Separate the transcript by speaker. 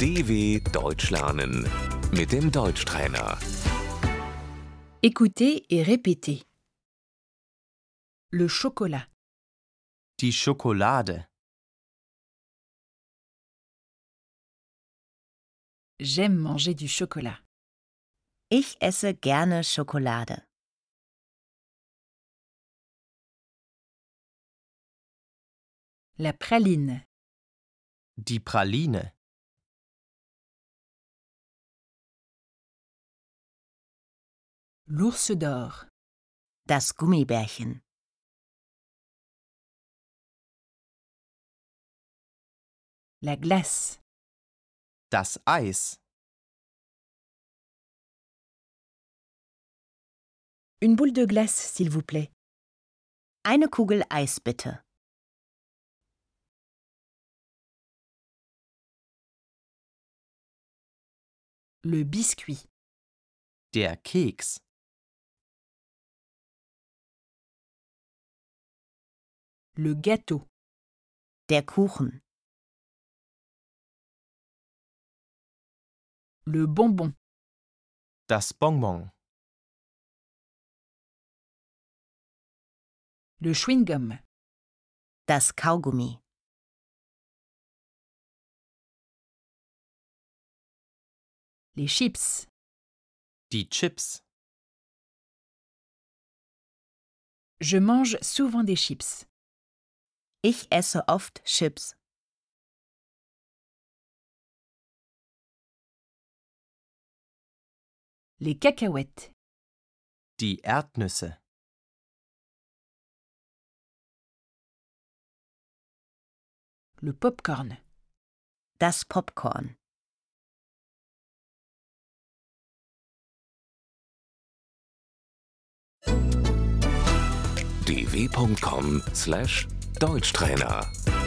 Speaker 1: DW Deutsch lernen mit dem Deutschtrainer.
Speaker 2: Écoutez et répétez. Le chocolat,
Speaker 3: Die Schokolade.
Speaker 2: j'aime manger du chocolat.
Speaker 4: Ich esse gerne Schokolade.
Speaker 2: La praline,
Speaker 3: Die Praline.
Speaker 2: l'ours d'or,
Speaker 4: Das Gummibärchen.
Speaker 2: la glace,
Speaker 3: Das Eis.
Speaker 2: une boule de glace s'il vous plaît,
Speaker 4: Eine Kugel Eis bitte.
Speaker 2: le biscuit,
Speaker 3: Der Keks.
Speaker 2: le gâteau,
Speaker 4: Der Kuchen.
Speaker 2: le bonbon,
Speaker 3: Das Bonbon.
Speaker 2: le chewing-gum,
Speaker 4: Das Kaugummi.
Speaker 2: les chips,
Speaker 3: Die Chips.
Speaker 2: Je mange souvent des chips.
Speaker 4: Ich esse oft Chips.
Speaker 2: Les cacahuètes,
Speaker 3: Die Erdnüsse.
Speaker 2: le popcorn,
Speaker 4: Das Popcorn.
Speaker 1: dw.com/deutschtrainer